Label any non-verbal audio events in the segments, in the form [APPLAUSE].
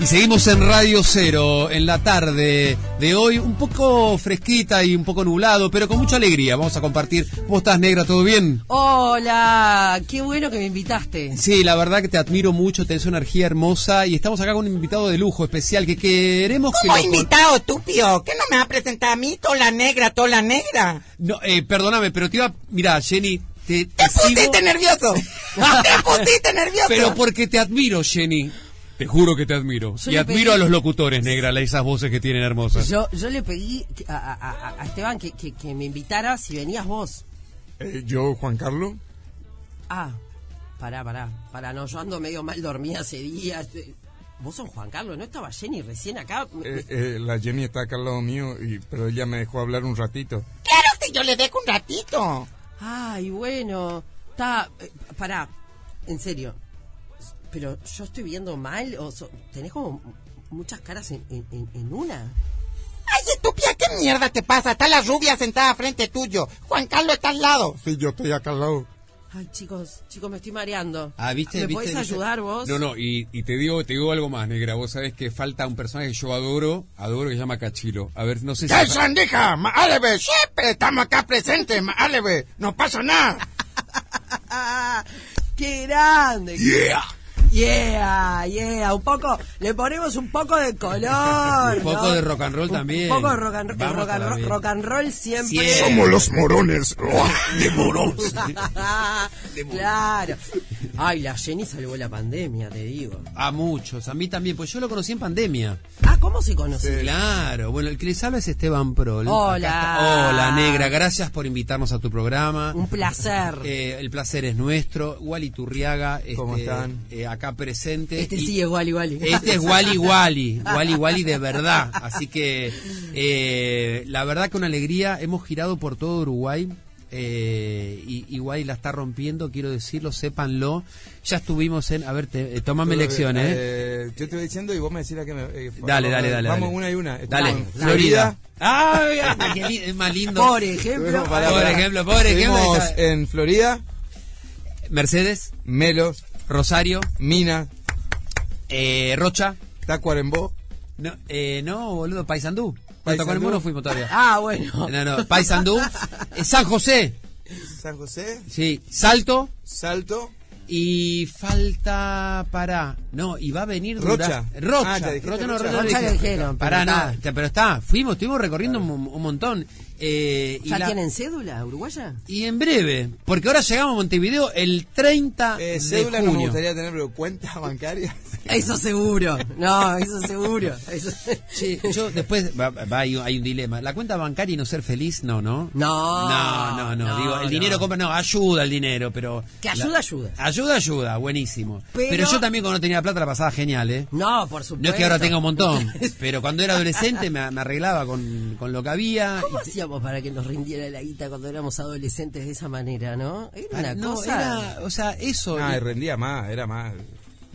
Y seguimos en Radio Cero en la tarde de hoy, un poco fresquita y un poco nublado, pero con mucha alegría. Vamos a compartir. ¿Cómo estás, negra? ¿Todo bien? Hola, qué bueno que me invitaste. Sí, la verdad que te admiro mucho, tenés una energía hermosa y estamos acá con un invitado de lujo especial que queremos ¿Cómo que. lo con- invitado, estúpido? ¿Qué no me va a presentar a mí? Tola negra, tola negra. No, eh, perdóname, pero te iba. Mira, Jenny, te, te ¡Te sigo, pusiste [LAUGHS] nervioso! ¡Te pusiste nervioso! Pero porque te admiro, Jenny. Te juro que te admiro. Yo y le admiro pedí- a los locutores, negra, la- esas voces que tienen hermosas. Yo, yo le pedí que- a, a- a- a Esteban que, que- que me invitara si venías vos. Eh, yo, Juan Carlos. Ah, pará, pará, pará, no, yo ando medio mal dormida hace días. Eh, Vos son Juan Carlos, ¿no estaba Jenny recién acá? Eh, eh, la Jenny está acá al lado mío, y, pero ella me dejó hablar un ratito. Claro, si yo le dejo un ratito. Ay, bueno, está, eh, pará, en serio. Pero yo estoy viendo mal, o so- tenés como muchas caras en- en- en- en una. Ay, estúpida, ¿qué mierda te pasa? Está la rubia sentada frente tuyo. Juan Carlos está al lado. Sí, yo estoy acá al lado. Ay, chicos, chicos, me estoy mareando. Ah, ¿viste? ¿Me ¿Viste? podés ¿Viste? ayudar vos? No, no, y, y te digo te digo algo más, negra. Vos sabés que falta un personaje que yo adoro, adoro que se llama Cachilo. A ver, no sé si. ¡Qué sandija! ¡Maaleve! ¡Siempre estamos acá presentes! ¡Maaleve! ¡No pasa nada! Ah, [LAUGHS] ¡Qué grande! ¡Yeah! ¡Yeah! ¡Yeah! Un poco, le ponemos un poco de color. Un poco de rock and roll Un- también. Un poco de rock and, el Vamos rock and, todavía. roll, rock and roll siempre. Somos los morones. De morones. [LAUGHS] claro. Ay, la Jenny salvó la pandemia, te digo. A muchos, a mí también, pues yo lo conocí en pandemia. Ah, ¿cómo se conoce? Claro, bueno, el que les habla es Esteban Prol. Hola. Acá está- Hola, negra, gracias por invitarnos a tu programa. Un placer. Eh, el placer es nuestro. Wally Turriaga, este, ¿Cómo están? eh, acá presente. este Y- sí es Wally Wally. [LAUGHS] Este es Wally Wally, Wally Wally de verdad. Así que eh, la verdad que una alegría, hemos girado por todo Uruguay. eh, y, y Wally la está rompiendo, quiero decirlo, sépanlo. Ya estuvimos en. A ver, te- eh, tómame lecciones. eh. yo te voy diciendo y vos me decís la que me. eh, Dale, vamos, dale, dale. Vamos dale. una y una. Estamos Dale, en Florida. Ay, ay, qué li- es más lindo. Por ejemplo. Estuvimos- pará, Por pará. ejemplo, por ejemplo, Estuvimos esa- en Florida, Mercedes, Melos, Rosario, Minas, eh, Rocha. Tacuarembó. No, eh, no, boludo, Paysandú. No, Paysandú. Tacuarembó no fuimos todavía. Ah, bueno. No, no, Paysandú. eh, San José. San José, Sí, Salto. Salto, Y falta para. No, y va a venir Rocha. Duraz- Rocha. Ah, ya dijiste Rocha no, Rocha. Rocha no Rocha dije. lo dijeron, Pará, pero nada. está. te- Pero está, fuimos, estuvimos recorriendo un, un montón. Eh, y, ¿Ya la- tienen cédula uruguaya? y en breve, porque ahora llegamos a Montevideo el 30 eh, Ah, de cédula no me junio. gustaría tener, pero cuenta bancaria. Eso seguro. [LAUGHS] No, eso seguro. Eso- Sí, yo después va, va, hay, un- hay un dilema. La cuenta bancaria y no ser feliz, no, no. No, no, no. no. no, Digo, el no. dinero compra, no, ayuda el dinero, pero. Que la- ayuda, ayuda. Ayuda, ayuda, buenísimo. Pero- Pero, yo también cuando no tenía plata la pasaba genial, ¿eh? No, por supuesto. No es que ahora tenga un montón, pero cuando era adolescente me, me arreglaba con, con lo que había. [LAUGHS] ¿Cómo hacíamos para que nos rindiera la guita cuando éramos adolescentes de esa manera, no? Era una Ah, no, cosa. era, o sea, eso, eh, Ah, rendía más, era más.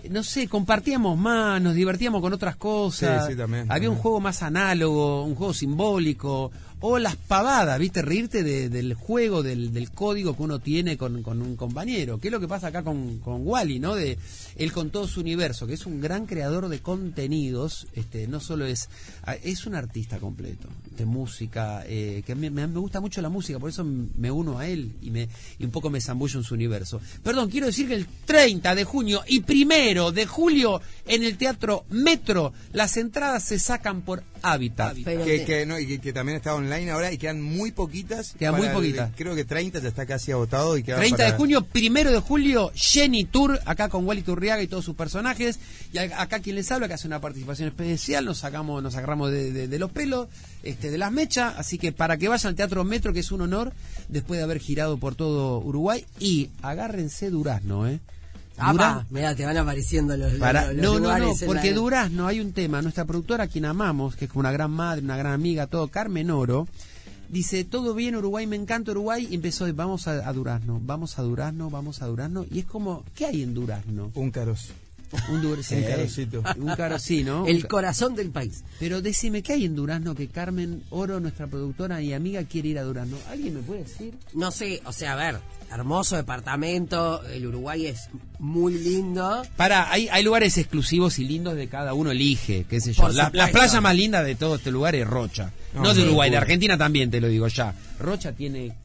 no sé, compartíamos más, nos divertíamos con otras cosas. Sí, sí, también, Había también. un juego más análogo, un juego simbólico, o las pavadas, ¿viste? Reírte de- del juego, del, del código que uno tiene con, con un compañero. ¿Qué es lo que pasa acá con, con Wally, no? De él con todo su universo, que es un gran creador de contenidos, este, no solo es, a- es un artista completo, de música, eh, que me, me- me gusta mucho la música, por eso m- me uno a él y, me, y un poco me zambullo en su universo. Perdón, quiero decir que el 30 de junio y primero de julio en el Teatro Metro, las entradas se sacan por Hábitat. Pero que, te- que, no, y que, que también está online ahora y quedan muy poquitas. Quedan para muy poquitas. el- creo que 30 ya está casi agotado y quedan 30 de para- junio, primero de julio, Jenny Tour, acá con Wally Turriaga y todos sus personajes. Y a- acá quien les habla, que hace una participación especial, nos sacamos, nos agarramos de, de- de los pelos, este, de las mechas. Así que para que vayan al Teatro Metro, que es un honor, después de haber girado por todo Uruguay. Y agárrense Durazno, ¿eh? Ah, Durazno- va, mirá, te van apareciendo los, los- para- los no, no, no, lugares en porque la- Durazno hay un tema. Nuestra productora, a quien amamos, que es como una gran madre, una gran amiga, todo, Carmen Oro, dice: Todo bien, Uruguay, me encanta Uruguay. Y empezó: Vamos a, a Durazno, vamos a Durazno, vamos a Durazno. Y es como: ¿qué hay en Durazno? Húncaros. [LAUGHS] Un durazno. Un carocito. Un caro, sí, ¿no? Un El ca- corazón del país. Pero decime, ¿qué hay en Durazno que Carmen Oro, nuestra productora y amiga, quiere ir a Durazno? ¿Alguien me puede decir? No sé, o sea, a ver, hermoso departamento, el Uruguay es muy lindo. Pará, hay, hay lugares exclusivos y lindos de cada uno elige, qué sé yo. Por La- supuesto. Ah, la playa más linda de todo este lugar es Rocha. No, de Uruguay, de Argentina también te lo digo ya. Rocha tiene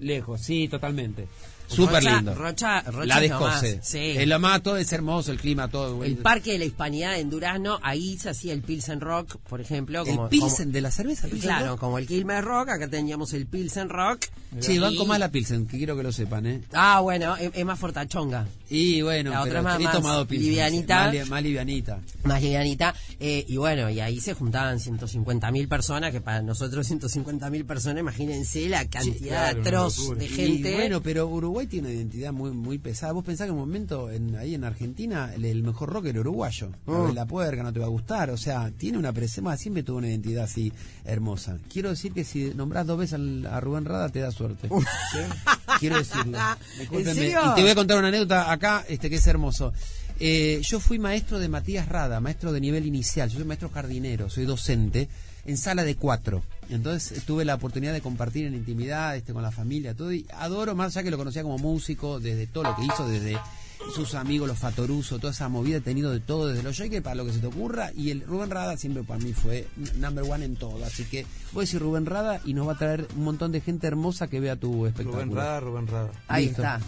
lejos, sí, totalmente. Súper Rocha- lindo. Rocha- Rocha la es lo descoce. más, sí. Es lo más, todo es hermoso, el clima, todo. El Parque de la Hispanidad en Durazno, ahí se hacía el Pilsen Rock, por ejemplo. Como, el Pilsen de la cerveza. como- Pilsen, claro, ¿no? como el Kilmer Rock, acá teníamos el Pilsen Rock. Sí, Y- banco más la Pilsen, que quiero que lo sepan, ¿eh? Ah, bueno, es, es más fortachonga, Y bueno, La otra pero más- he más tomado Pilsen. sí, livianita. Más, li- más livianita. más livianita. eh, y bueno, y ahí se juntaban 150.000 personas, que para nosotros 150.000 personas, imagínense la cantidad claro, una atroz locura. de Y gente. bueno, pero Uruguay tiene una identidad muy muy pesada. Vos pensás que en un momento en- ahí en Argentina el, el mejor rock era uruguayo. Abel La puerca no te va a gustar. O sea, tiene una presencia, siempre tuvo una identidad así hermosa. Quiero decir que si nombrás dos veces al- a Rubén Rada te da suerte. ¿Sí? Quiero decirlo. [LAUGHS] ¿En Discúlpenme. serio? Y te voy a contar una anécdota acá este que es hermoso. Eh, yo fui maestro de Matías Rada, maestro de nivel inicial. Yo soy maestro jardinero, soy docente en sala de cuatro. Entonces eh, tuve la oportunidad de compartir en intimidad este, con la familia. Todo, y adoro más ya que lo conocía como músico, desde todo lo que hizo, desde sus amigos, los Fatoruso, toda esa movida he tenido de todo, desde los Shakers para lo que se te ocurra. Y el Rubén Rada siempre para mí fue n- number one en todo. Así que voy a decir Rubén Rada y nos va a traer un montón de gente hermosa que vea tu espectáculo. Rubén Rada, Rubén Rada. Ahí Listo. [LAUGHS] está.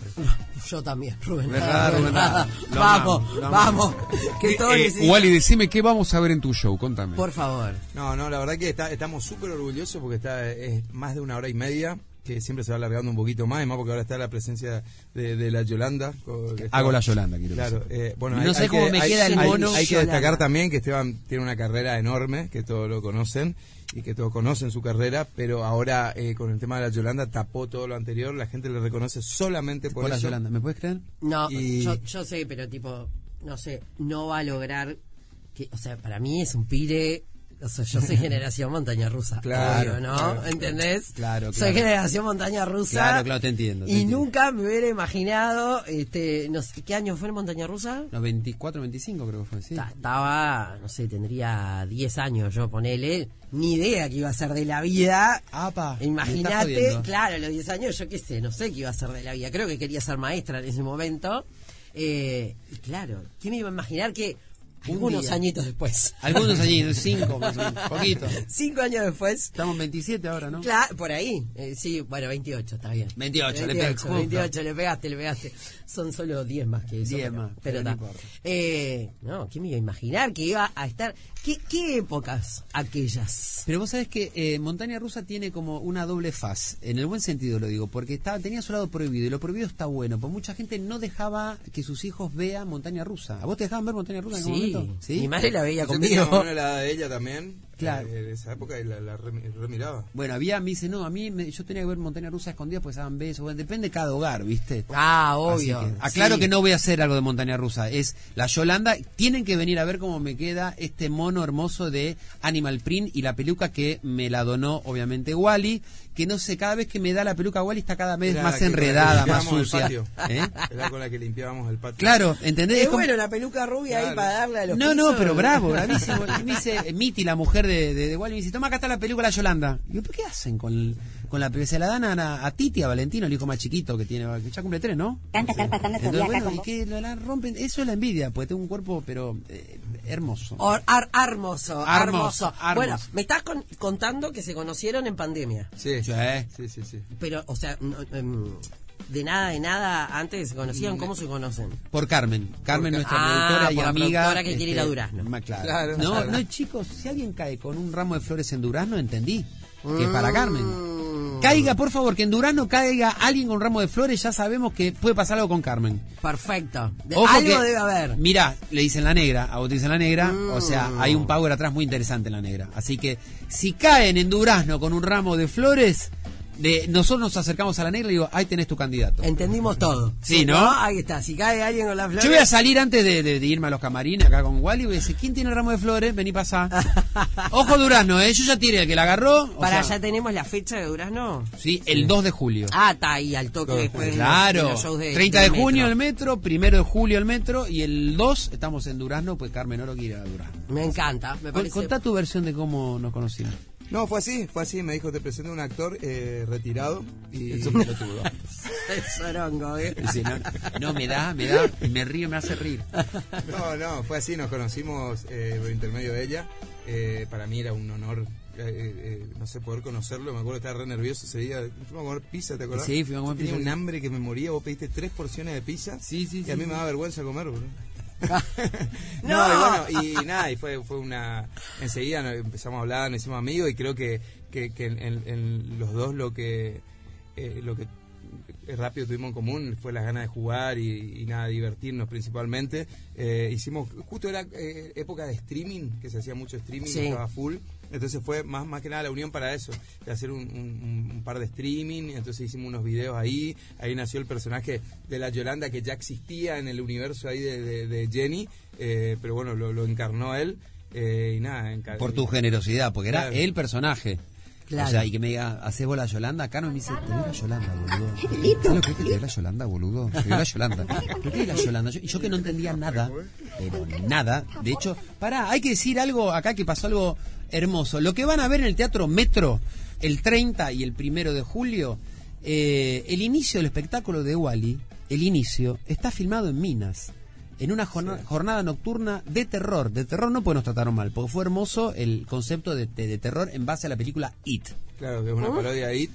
Yo también, Rubén. Rubén Rada, [LAUGHS] Rada, Rubén Rubén Rada. Rada. Lo Vamos, amamos, lo vamos. amamos. Que todo Eh, necesita- Wally, decime qué vamos a ver en tu show, contame. Por favor. No, no, la verdad que está- estamos súper orgullosos porque está es más de una hora y media, que siempre se va alargando un poquito más, y más porque ahora está la presencia de, de la Yolanda. con- que Hago está- la Yolanda, quiero Claro, decir. eh, bueno, No hay- sé hay cómo que- me hay- queda el hay- mono Hay, que Yolanda. destacar también que Esteban tiene una carrera enorme, que todos lo conocen y que todos conocen su carrera, pero ahora eh, con el tema de la Yolanda tapó todo lo anterior, la gente le reconoce solamente por, Por la eso. Yolanda, ¿me puedes creer? No, Y- yo, yo sé, pero tipo, no sé, no va a lograr. que O sea, para mí es un pire. O sea, [LAUGHS] yo soy generación montaña rusa. Claro, obvio, ¿no? claro. ¿Entendés? Claro, Soy claro. generación montaña rusa. Claro, claro, te entiendo, te y entiendo. nunca me hubiera imaginado, este, no sé, ¿qué año fue en montaña rusa? 94, 25 creo que fue, sí. Ta- Estaba, no sé, tendría 10 años yo, ponele. Ni idea que iba a ser de la vida. Apa, me estás Imagínate, jodiendo. claro, a los 10 años yo qué sé, no sé qué iba a ser de la vida. Creo que quería ser maestra en ese momento. Eh, y claro, ¿quién me iba a imaginar que Un unos día. añitos después, [LAUGHS] Algunos allí, cinco más o menos, poquito. cinco años después, Estamos en 27 ahora, ¿no? Claro, por ahí. Eh, sí, bueno, 28, está bien. 28, le pegas 28, justo. 28, le pegaste, le pegaste. Son solo 10 más que eso. 10 pero- más, pero pero está. no importa. Eh, no, ¿quién me iba a imaginar que iba a estar? ¿Qué, qué épocas aquellas? Pero vos sabés que eh, Montaña Rusa tiene como una doble faz, en el buen sentido lo digo, porque estaba, tenía su lado prohibido y lo prohibido está bueno, porque mucha gente no dejaba que sus hijos vean Montaña Rusa. ¿A vos te dejaban ver Montaña Rusa en algún momento? mi madre la veía Yo tenía más o conmigo. menos la edad de ella también, Claro. eh, de esa época, y la, la re- remiraba. Bueno, había, me dice, no, a mí me- yo tenía que ver Montaña Rusa escondida porque se daban besos, bueno, depende de cada hogar, ¿viste? Ah, Así obvio. que, aclaro Sí. que no voy a hacer algo de montaña rusa. Es la Yolanda. Tienen que venir a ver cómo me queda este mono hermoso de Animal Print y la peluca que me la donó, obviamente, Wally. Que no sé, cada vez que me da la peluca Wally está cada vez Era más la que- enredada, la que más limpiábamos el sucia. patio. ¿Eh? Era con la que limpiábamos el patio. Claro, ¿entendés? Es Es como- bueno la peluca rubia ahí Claro. para darle a los no, no, pisos. pero bravo, bravísimo. Y me dice, eh, Miti, la mujer de, de, de Wally, me dice, toma, acá está la película de Yolanda. Y yo, ¿pero qué hacen con, el- con la película? Se la dan a, a Titi, a Valentino, el hijo más chiquito que tiene, que ya cumple tres, ¿no? Canta estar pasando tu Entonces, vida acá bueno, con y vos. que lo- la rompen, eso es la envidia, porque tengo un cuerpo, pero eh, hermoso. [LAUGHS] Or- ar- hermoso, hermoso, Hermoso, hermoso. Bueno, me estás con- contando que se conocieron en pandemia. Sí, Sí. sí, sí. sí. Pero, o sea, no, em, de nada, de nada, antes que se Mm, conocían, ¿cómo se conocen? Por Carmen, Carmen Por- nuestra Ah, productora y por la amiga. este, productora que quiere ir a Durazno. más claro. Claro. no, Claro. no, chicos, si alguien cae con un ramo de flores en Durazno, entendí. Que es Mm. para Carmen. Caiga, por favor, que en Durazno caiga alguien con un ramo de flores, ya sabemos que puede pasar algo con Carmen. Perfecto. De- Ojo algo que- debe haber. Mm. Mirá, le dicen la negra, a vos te dicen la negra, o sea, hay un power atrás muy interesante en la negra. Así que si caen en Durazno con un ramo de flores, de- nosotros nos acercamos a la negra y digo, ahí tenés tu candidato. Entendimos todo. Sí, ¿no? Ahí está. Si cae alguien con la flor. Yo voy a salir antes de, de- de irme a los camarines acá con Wally y voy a decir, ¿quién tiene el ramo de flores? Vení, [LAUGHS] pasá. Ojo Durazno, ¿eh? Yo ya tiré el que la agarró. o Para, sea, ya tenemos la fecha de Durazno. Sí, el 2 de julio. Ah, está ahí, al toque después de los- de Claro, los shows de- 30 de del junio metro. el metro, primero de julio el metro y el 2 estamos en Durazno, pues Carmen Oro quiere ir a Durazno. Me encanta, me Con- parece. Contá tu versión de cómo nos conocimos. No, fue así, fue así. Me dijo, te presento un actor eh, retirado. [LAUGHS] Y Es un pelotudo. [LAUGHS] El sorongo, eh. Dice, no, no, me da, me da, me río, me hace reír. No, no, fue así, nos conocimos eh, por intermedio de ella. Eh, para mí era un honor, eh, eh, no sé, poder conocerlo. Me acuerdo que estaba re nervioso ese día. Fuimos a comer pizza, ¿te acordás? Sí, fuimos a comer Tenía pizza. un hambre que me moría. Vos pediste tres porciones de pizza. Sí, sí, Y sí, a mí sí. me da vergüenza comer, [LAUGHS] boludo. [LAUGHS] No. y bueno, y nada, y fue, fue una... Enseguida nos- empezamos a hablar, nos hicimos amigos y creo que, que, que en, en- en los dos lo que... eh, lo que rápido tuvimos en común fue las ganas de jugar y, y nada, divertirnos principalmente. Eh, hicimos, justo era eh, época de streaming, que se hacía mucho streaming, Sí. estaba full. Entonces fue más, más que nada la unión para eso, de hacer un, un- un par de streaming, entonces hicimos unos videos ahí, ahí nació el personaje de la Yolanda que ya existía en el universo ahí de, de- de Jenny, eh, pero bueno, lo, lo encarnó él eh, y nada, encar- Por tu generosidad, porque era Claro. el personaje. Claro. O sea, y que me diga, ¿haces bola Yolanda? Carmen me dice, te veo la Yolanda, boludo. ¿Sabes lo que es que te veo la Yolanda, boludo? Te veo la Yolanda. ¿Pero qué es la Yolanda? Yo, yo que no entendía nada, pero nada. De hecho, pará, hay que decir algo acá que pasó algo hermoso. Lo que van a ver en el Teatro Metro el 30 y el 1 de julio, eh, el inicio del espectáculo de Wally, el inicio, está filmado en Minas en una jorna- jornada nocturna de terror. De terror no porque nos trataron mal, porque fue hermoso el concepto de, de- de terror en base a la película It. Claro, que es una parodia ahí.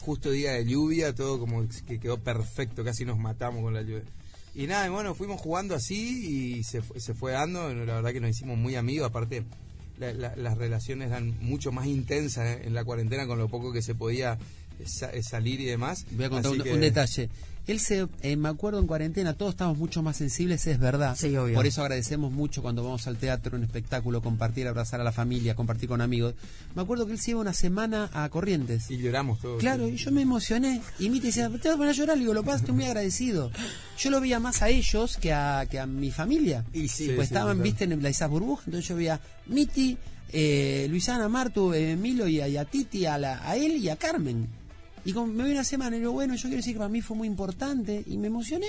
Justo día de lluvia, todo como que quedó perfecto, casi nos matamos con la lluvia. Y nada, y bueno, fuimos jugando así y se, fu- se fue dando. La verdad que nos hicimos muy amigos. Aparte, la- la- las relaciones eran mucho más intensas eh, en la cuarentena con lo poco que se podía eh, sa- eh, salir y demás. Voy a contar Así un, que- un detalle. Él se, eh, me acuerdo en cuarentena, todos estamos mucho más sensibles, es verdad. Sí, obvio. Por eso agradecemos mucho cuando vamos al teatro, un espectáculo, compartir, abrazar a la familia, compartir con amigos. Me acuerdo que él se iba una semana a Corrientes. Y lloramos todos. Claro, y yo me emocioné. Y Miti decía, te vas a poner a llorar. Le digo, lo que pasa, es que estoy muy agradecido. Yo lo veía más a ellos que a, que a mi familia. Y sí. pues Sí, estaban, sí, viste, en la- esas burbujas. Entonces yo veía Miti, eh, Luisana, Martu, eh, Milo y a, y a Titi, a, la- a él y a Carmen. Y como me vi una semana y digo, bueno, yo quiero decir que para mí fue muy importante y me emocioné.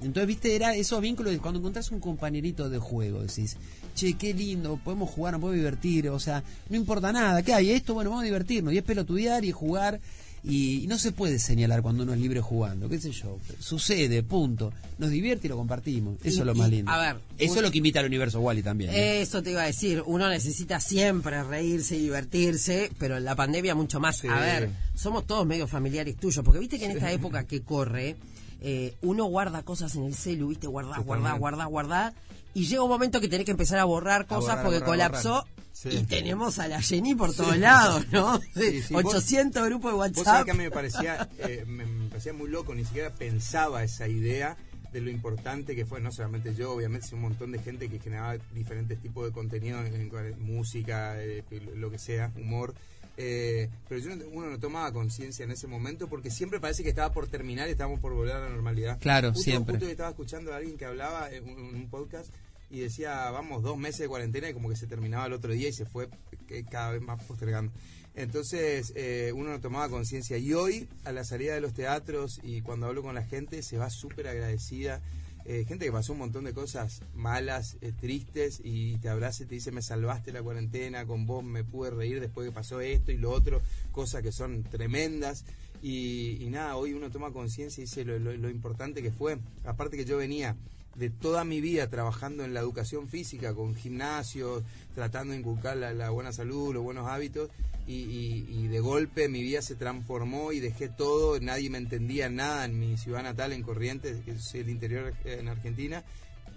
Entonces, viste, era esos vínculos de cuando encontrás un compañerito de juego, decís, che, qué lindo, podemos jugar, nos podemos divertir, o sea, no importa nada, ¿qué hay? Esto, bueno, vamos a divertirnos, y es pelotudear y jugar, y, y no se puede señalar cuando uno es libre jugando, qué sé yo, sucede, punto, nos divierte y lo compartimos, eso Y- es lo más y, lindo. a ver, eso un- es lo que invita al universo Wally también. ¿eh? Eso te iba a decir, uno necesita siempre reírse y divertirse, pero en la pandemia mucho más. Sí. A ver, somos todos medio familiares tuyos, porque viste que en esta época que corre, eh, uno guarda cosas en el celu, viste, guardás, guardás, Totalmente. guardás, guardás, y llega un momento que tenés que empezar a borrar cosas borrar, porque borrar, colapsó. borrar. Sí. Y tenemos a la Jenny por todos lados, ¿no? Sí, sí, vos- 800 grupos de Vos sabés WhatsApp. que a mí me parecía, eh, me, me parecía muy loco, ni siquiera pensaba esa idea de lo importante que fue, no solamente yo, obviamente, sino un montón de gente que generaba diferentes tipos de contenido, en- en música, eh, lo que sea, humor. Eh, pero yo no- uno no tomaba conciencia en ese momento porque siempre parece que estaba por terminar y estábamos por volver a la normalidad. Claro, Justo- siempre. justo yo estaba escuchando a alguien que hablaba en un, en un podcast y decía, vamos, dos meses de cuarentena y como que se terminaba el otro día y se fue eh, cada vez más postergando. Entonces eh, uno no tomaba conciencia y hoy a la salida de los teatros y cuando hablo con la gente se va súper agradecida. Eh, gente que pasó un montón de cosas malas, eh, tristes, y te abraza y te dice, me salvaste la cuarentena, con vos me pude reír después que pasó esto y lo otro, cosas que son tremendas. Y, y nada, hoy uno toma conciencia y dice lo, lo- lo importante que fue. Aparte que yo venía de toda mi vida trabajando en la educación física, con gimnasios, tratando de inculcar la, la buena salud, los buenos hábitos, y, y- y de golpe mi vida se transformó y dejé todo, nadie me entendía nada en mi ciudad natal, en Corrientes, que es el interior eh, en Argentina,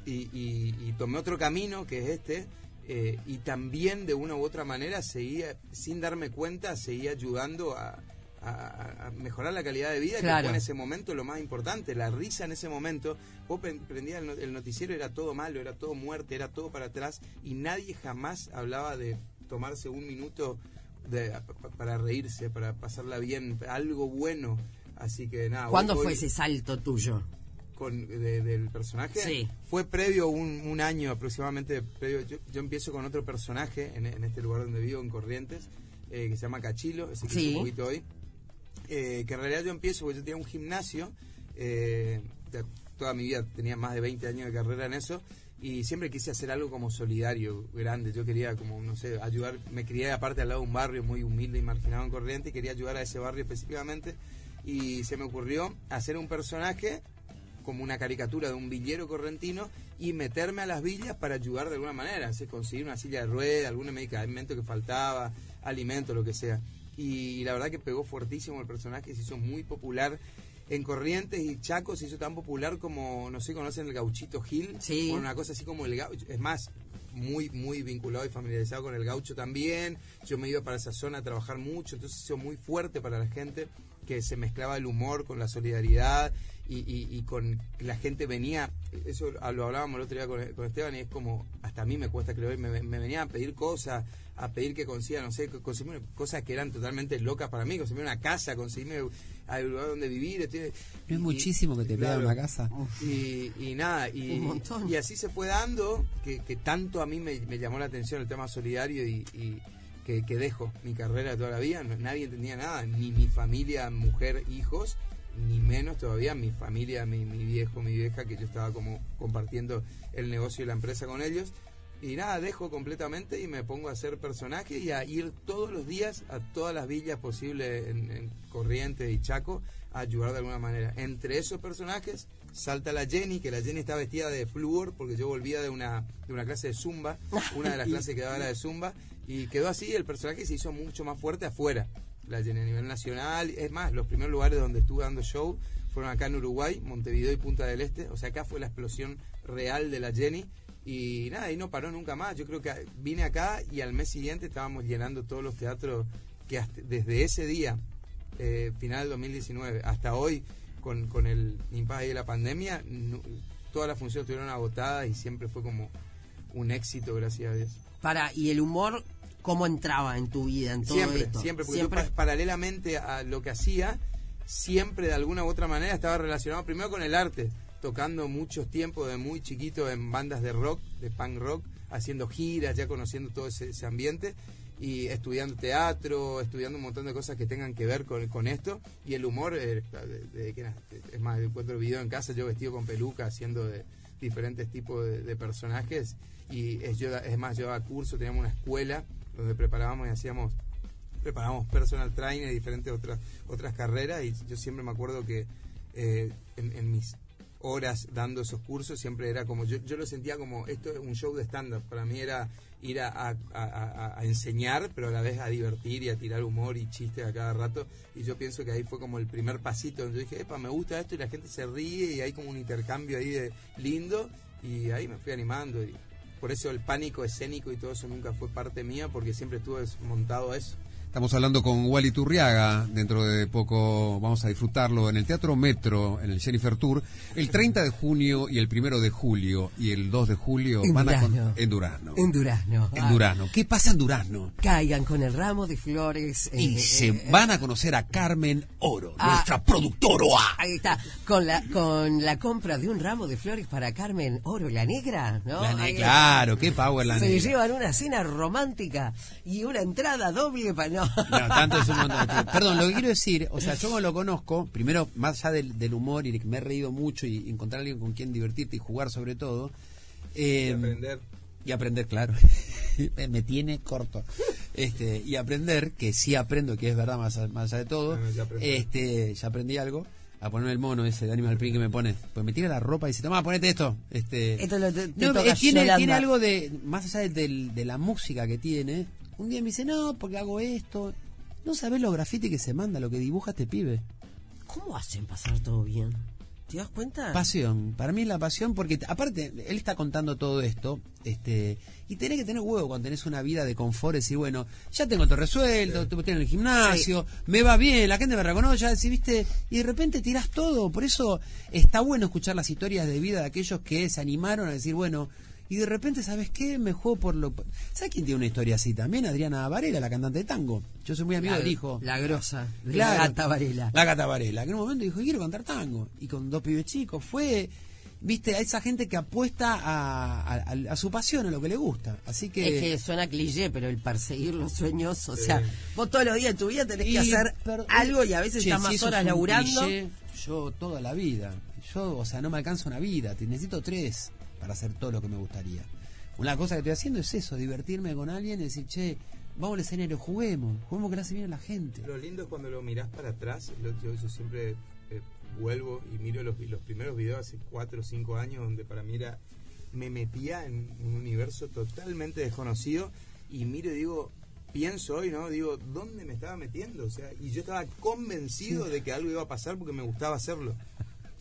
y, y- y tomé otro camino que es este eh, y también de una u otra manera seguía sin darme cuenta seguía ayudando a, a- a mejorar la calidad de vida que Claro. fue en ese momento lo más importante la risa en ese momento vos pen- prendías el no- el noticiero era todo malo era todo muerte era todo para atrás y nadie jamás hablaba de tomarse un minuto de- pa- para reírse, para pasarla bien, algo bueno. Así que nada. hoy- ¿Cuándo hoy- fue ese salto tuyo? con, de- del personaje. Sí. Fue previo un, un año aproximadamente. Previo, yo, yo empiezo con otro personaje en, en este lugar donde vivo, en Corrientes, eh, que se llama Cachilo, ese que Sí. hice un poquito hoy. Eh, que en realidad yo empiezo porque yo tenía un gimnasio. eh, de- toda mi vida tenía más de 20 años de carrera en eso. Y siempre quise hacer algo como solidario, grande. Yo quería, como, no sé, ayudar. Me crié aparte al lado de un barrio muy humilde y marginado en Corrientes y quería ayudar a ese barrio específicamente. Y se me ocurrió hacer un personaje como una caricatura de un villero correntino y meterme a las villas para ayudar de alguna manera, ¿sí? conseguir una silla de ruedas, algún medicamento que faltaba, alimento, lo que sea. Y la verdad que pegó fuertísimo el personaje, se hizo muy popular en Corrientes y Chaco se hizo tan popular como, no sé, conocen el gauchito Gil, Sí. Bueno, una cosa así como el gaucho, es más, muy, muy vinculado y familiarizado con el gaucho también, yo me iba para esa zona a trabajar mucho, entonces hizo muy fuerte para la gente que se mezclaba el humor con la solidaridad y, y- y con la gente venía, eso lo lo hablábamos el otro día con, con Esteban y es como, hasta a mí me cuesta creer, me, me venían a pedir cosas, a pedir que consiga, no sé, conseguirme cosas que eran totalmente locas para mí, conseguirme una casa, conseguirme al lugar donde vivir. este, No es y- muchísimo que te claro. pegan una casa. Y, y nada, y, Un montón. y así se fue dando que, que tanto a mí me, me llamó la atención el tema solidario y, y que, que dejo mi carrera toda la vida. No- nadie entendía nada, ni mi familia, mujer, hijos, ni menos todavía mi familia, mi, mi viejo, mi vieja, que yo estaba como compartiendo el negocio y la empresa con ellos. Y nada, dejo completamente y me pongo a ser personaje y a ir todos los días a todas las villas posibles en, en Corrientes y Chaco a ayudar de alguna manera. Entre esos personajes salta la Jenny, que la Jenny está vestida de flúor porque yo volvía de una, de una clase de zumba, una de las clases que daba era de zumba, y quedó así, el personaje se hizo mucho más fuerte afuera. La Jenny a nivel nacional, es más, los primeros lugares donde estuve dando show fueron acá en Uruguay, Montevideo y Punta del Este, o sea, acá fue la explosión real de la Jenny. Y nada, y no paró nunca más. Yo creo que vine acá y al mes siguiente estábamos llenando todos los teatros que hasta- desde ese día eh, final del 2019 hasta hoy, con, con el impasse de la pandemia, no- todas las funciones estuvieron agotadas y siempre fue como un éxito, gracias a Dios. Para, y el humor, ¿cómo entraba en tu vida, en todo siempre, esto? siempre, porque yo pa- paralelamente a lo que hacía, siempre de alguna u otra manera estaba relacionado primero con el arte, tocando muchos tiempos de muy chiquito en bandas de rock, de punk rock, haciendo giras, ya conociendo todo ese, ese ambiente y estudiando teatro, estudiando un montón de cosas que tengan que ver con, con esto y el humor, eh, de- de- que era- es más, encuentro video en casa, yo vestido con peluca, haciendo de diferentes tipos de, de personajes y es, yo, es más, yo daba curso, teníamos una escuela donde preparábamos y hacíamos preparamos personal trainer y diferentes otras otras carreras y yo siempre me acuerdo que eh, en, en mis horas dando esos cursos siempre era como yo, yo lo sentía como esto es un show de stand-up para mí era ir a, a- a- a- a enseñar pero a la vez a divertir y a tirar humor y chistes a cada rato y yo pienso que ahí fue como el primer pasito donde yo dije epa me gusta esto y la gente se ríe y hay como un intercambio ahí de lindo y ahí me fui animando y por eso el pánico escénico y todo eso nunca fue parte mía porque siempre estuve montado a eso Estamos hablando con Wally Turriaga. Dentro de poco vamos a disfrutarlo en el Teatro Metro, en el Jennifer Tour, el 30 de junio y el 1 de julio y el 2 de julio En van a con- Durazno. en Durazno. En Durazno. En Durazno. ¿Qué pasa en Durazno? Caigan con el ramo de flores. eh, Y eh, se eh, van a conocer a Carmen Oro, Ah. nuestra productora. Ahí está, con la, con la compra de un ramo de flores para Carmen Oro, la negra, ¿no? La ne- Ahí- claro, qué power la se negra. llevan una cena romántica y una entrada doble para... No. No, tanto es un montón. Perdón, lo que quiero decir, o sea, yo como lo conozco, primero, más allá del, del humor y de que me he reído mucho y encontrar a alguien con quien divertirte y jugar sobre todo. eh, aprender. Y aprender, [LAUGHS] claro. me, me tiene corto. Este, y aprender, que sí aprendo, que es verdad más, a- más allá de todo. Ah, Bueno, ya aprendí. este, ya aprendí algo. A ponerme el mono ese de Animal Print que me pone. Pues me tira la ropa y dice, toma, ponete esto. Este, Esto lo te- te No, toca eh, tiene, Yolanda. tiene algo de, más allá de, del- de la música que tiene. Un día me dice, no, porque hago esto. No sabes los grafitis que se manda, lo que dibuja este pibe. [LAUGHS] ¿Cómo hacen pasar todo bien? ¿Te das cuenta? Pasión, para mí es la pasión porque t- aparte él está contando todo esto, este, y tenés que tener huevo cuando tenés una vida de confort, decir, bueno, ya tengo todo resuelto, te estoy en el gimnasio, me va bien, la gente me reconoce, ya decís, viste, y de repente tirás todo, por eso está bueno escuchar las historias de vida de aquellos que se animaron a decir, bueno, Y de repente, ¿sabes qué? Me juego por lo... ¿Sabes quién tiene una historia así también? Adriana Varela, la cantante de tango. Yo soy muy amigo del hijo. La grosa. de Claro. La gata Varela. La gata Varela. Que en un momento dijo, quiero cantar tango. Y con dos pibes chicos fue, viste, a esa gente que apuesta a, a- a- a su pasión, a lo que le gusta. Así que... Es que suena cliché, pero el perseguir los sueños, o sea, vos todos los días de tu vida tenés Y, que hacer perdón, algo y a veces che, estás si más eso horas es un laburando. cliché, yo toda la vida. Yo, o sea, no me alcanza una vida. te- Necesito tres para hacer todo lo que me gustaría. Una cosa que estoy haciendo es eso, divertirme con alguien y decir, che, vamos al escenario, juguemos, juguemos que le hace bien a la gente. Lo lindo es cuando lo mirás para atrás. lo- yo, yo siempre eh, vuelvo y miro los, los primeros videos hace 4 o 5 años donde para mí era, me metía en un universo totalmente desconocido y miro y digo, pienso hoy, ¿no? Digo, ¿dónde me estaba metiendo? O sea, y yo estaba convencido de que algo iba a pasar porque me gustaba hacerlo.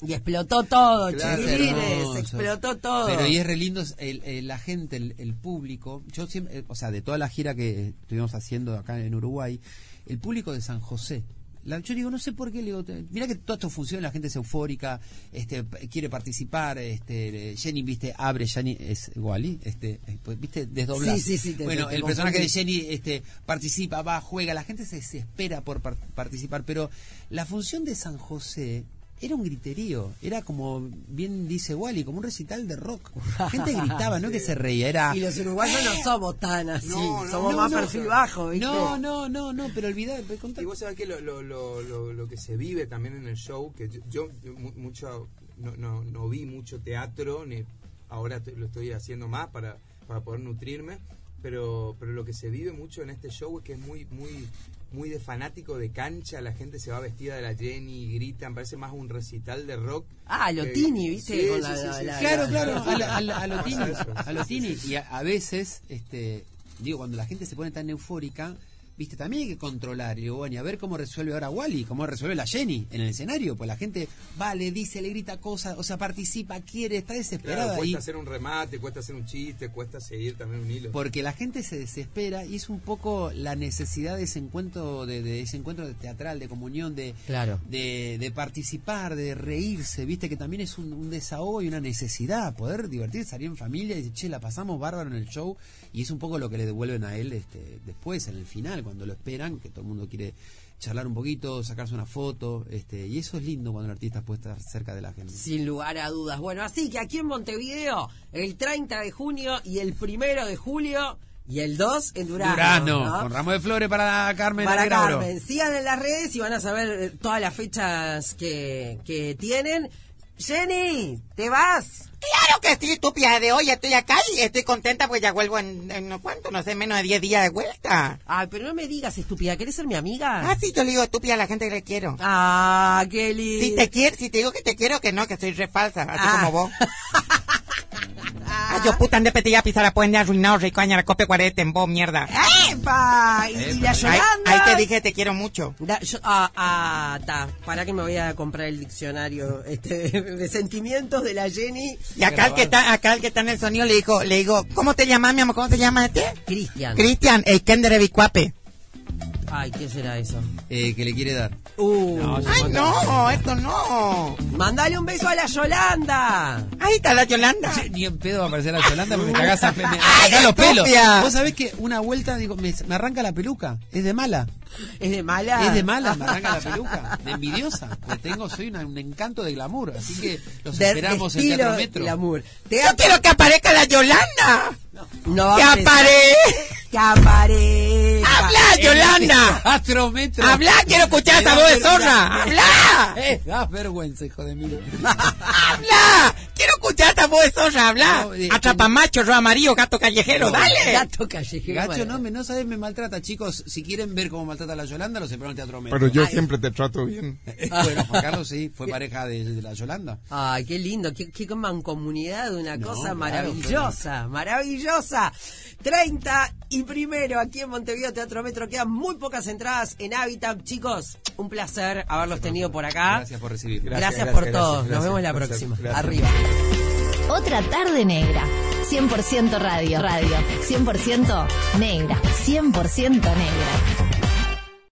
Y explotó todo, Claro, chiquilines, hermoso. explotó todo. Pero y es re lindo es el, el- la gente, el, el público. Yo siempre, eh, o sea, de toda la gira que estuvimos haciendo acá en Uruguay, el público de San José. La, yo digo, no sé por qué, le digo, te- mirá que todo esto funciona, la gente es eufórica, este, p- quiere participar, este, eh, Jenny, viste, abre, Jenny es Wally, este, eh, pues, viste, desdoblar. Sí, sí, sí, te- bueno, te- te el personaje de confundí. Jenny este, participa, va, juega, la gente se desespera por par- participar, pero la función de San José era un griterío, era como bien dice Wally, como un recital de [LAUGHS] rock. La gente gritaba, no que se reía, era... Y los uruguayos no somos tan así, No, no, somos no, más no. perfil bajo, ¿viste? No, no, no, no, pero olvidar, Y vos sabés que lo, lo- lo- lo- lo que se vive también en el show, que yo, yo mu- mucho, no, no, no vi mucho teatro, ni ahora te- lo estoy haciendo más para, para poder nutrirme, pero, pero lo que se vive mucho en este show es que es muy, muy, muy de fanático de cancha, la gente se va vestida de la Jenny y gritan, parece más un recital de rock. Ah, lo que- Tini, ¿viste? Sí, Con sí, la- sí, la- sí, la- sí. Claro, la- claro, a, la- a la- a lo Pasa Tini, eso, a lo sí, sí, Tini. sí. Y a, a veces, este, digo, cuando la gente se pone tan eufórica, viste, también hay que controlar. Y digo, bueno, y a ver cómo resuelve ahora Wally, cómo resuelve la Jenny en el escenario. Pues la gente va, le dice, le grita cosas, o sea, participa, quiere, está Claro, desesperada. cuesta y- hacer un remate, cuesta hacer un chiste, cuesta seguir también un hilo. porque la gente se desespera y es un poco la necesidad de ese encuentro, de, de ese encuentro de teatral, de comunión, de, Claro. de, de participar, de reírse, viste que también es un, un desahogo y una necesidad, poder divertir, salir en familia y decir, che, la pasamos bárbaro en el show y es un poco lo que le devuelven a él este, después, en el final, cuando lo esperan, que todo el mundo quiere charlar un poquito, sacarse una foto, este, y eso es lindo cuando el artista puede estar cerca de la gente. Sin lugar a dudas. Bueno, así que aquí en Montevideo, el 30 de junio y el 1 de julio y el 2 en Durazno. Durano, ¿no? con ramo de flores para Carmen. Para Alegrabro. Carmen, sigan en las redes y van a saber eh, todas las fechas que, que tienen. Jenny, ¿te vas? Claro que sí, estúpida de hoy estoy acá y estoy contenta porque ya vuelvo en, en cuánto, no sé, menos de 10 días de vuelta. Ay, pero no me digas, estúpida, ¿querés ser mi amiga? Ah, sí, yo le digo estúpida a la gente que le quiero. Ah, qué lindo. Si te quiero, si te digo que te quiero, que no, que soy re falsa, así Ah. como vos. [LAUGHS] Ay, yo puta, ande petilla pisara, pues, ande arruinado, rico, aña, la copia cuarete en vos, mierda. Ah, ¡Epa! Y, y la Ahí, Yolanda. ahí te dije te quiero mucho. Da- yo- ah, ah, ta, para que me voy a comprar el diccionario este, [LAUGHS] de sentimientos de la Jenny. Y acá el que está, acá el que está en el sonido le dijo, le digo, ¿cómo te llamas, mi amor? ¿Cómo te llamas este? Cristian. Cristian, el Kendere Bicuape. Ay, ¿qué será eso? Eh, que le quiere dar. Uh, Ay, no, esto no. mandale un beso a la Yolanda. Ahí está la Yolanda. Che, Ni en pedo va a aparecer la Yolanda porque me cagás a pe- me- [LAUGHS] me Ay, arrancás los pelos. estúpida. Vos sabés que una vuelta digo, me, me arranca la peluca. Es de mala. ¿Es de mala? Es de [LAUGHS] mala, me arranca la peluca. De envidiosa. Le tengo, soy una- un encanto de glamour. Así que los De- de esperamos en estilo Teatro Metro. glamour. Yo Teatro- quiero que aparezca la Yolanda. No va Que a empezar- aparezca. ¡Que aparezca! Habla, Yolanda. [LAUGHS] Teatro Metro. Habla, quiero escuchar esa voz de zorra. Habla. [LAUGHS] Eh, da vergüenza, hijo de mí. Habla. Quiero escuchar esa voz de zorra. Habla. No, eh, Atrapamacho, rojo amarillo, gato callejero. Dale. Gato callejero. Gacho, bueno. no, me, no sabes, me maltrata. Chicos, si quieren ver cómo maltrata a la Yolanda, los esperan en Teatro Metro. Pero yo Ay. siempre te trato bien. [LAUGHS] Bueno, Juan Carlos sí, fue pareja de, de la Yolanda. Ay, qué lindo, qué, qué mancomunidad, una No, cosa claro, maravillosa, maravillosa. 30 y primero aquí en Montevideo Teatro Metro, quedan muy pocas entradas en Habitat. Chicos, un placer haberlos tenido por acá. Gracias por recibirme. Gracias, Gracias, por gracias, todo. Nos gracias, vemos la gracias, próxima. gracias. Arriba. Otra tarde negra. 100% radio, radio. 100% negra. 100% negra.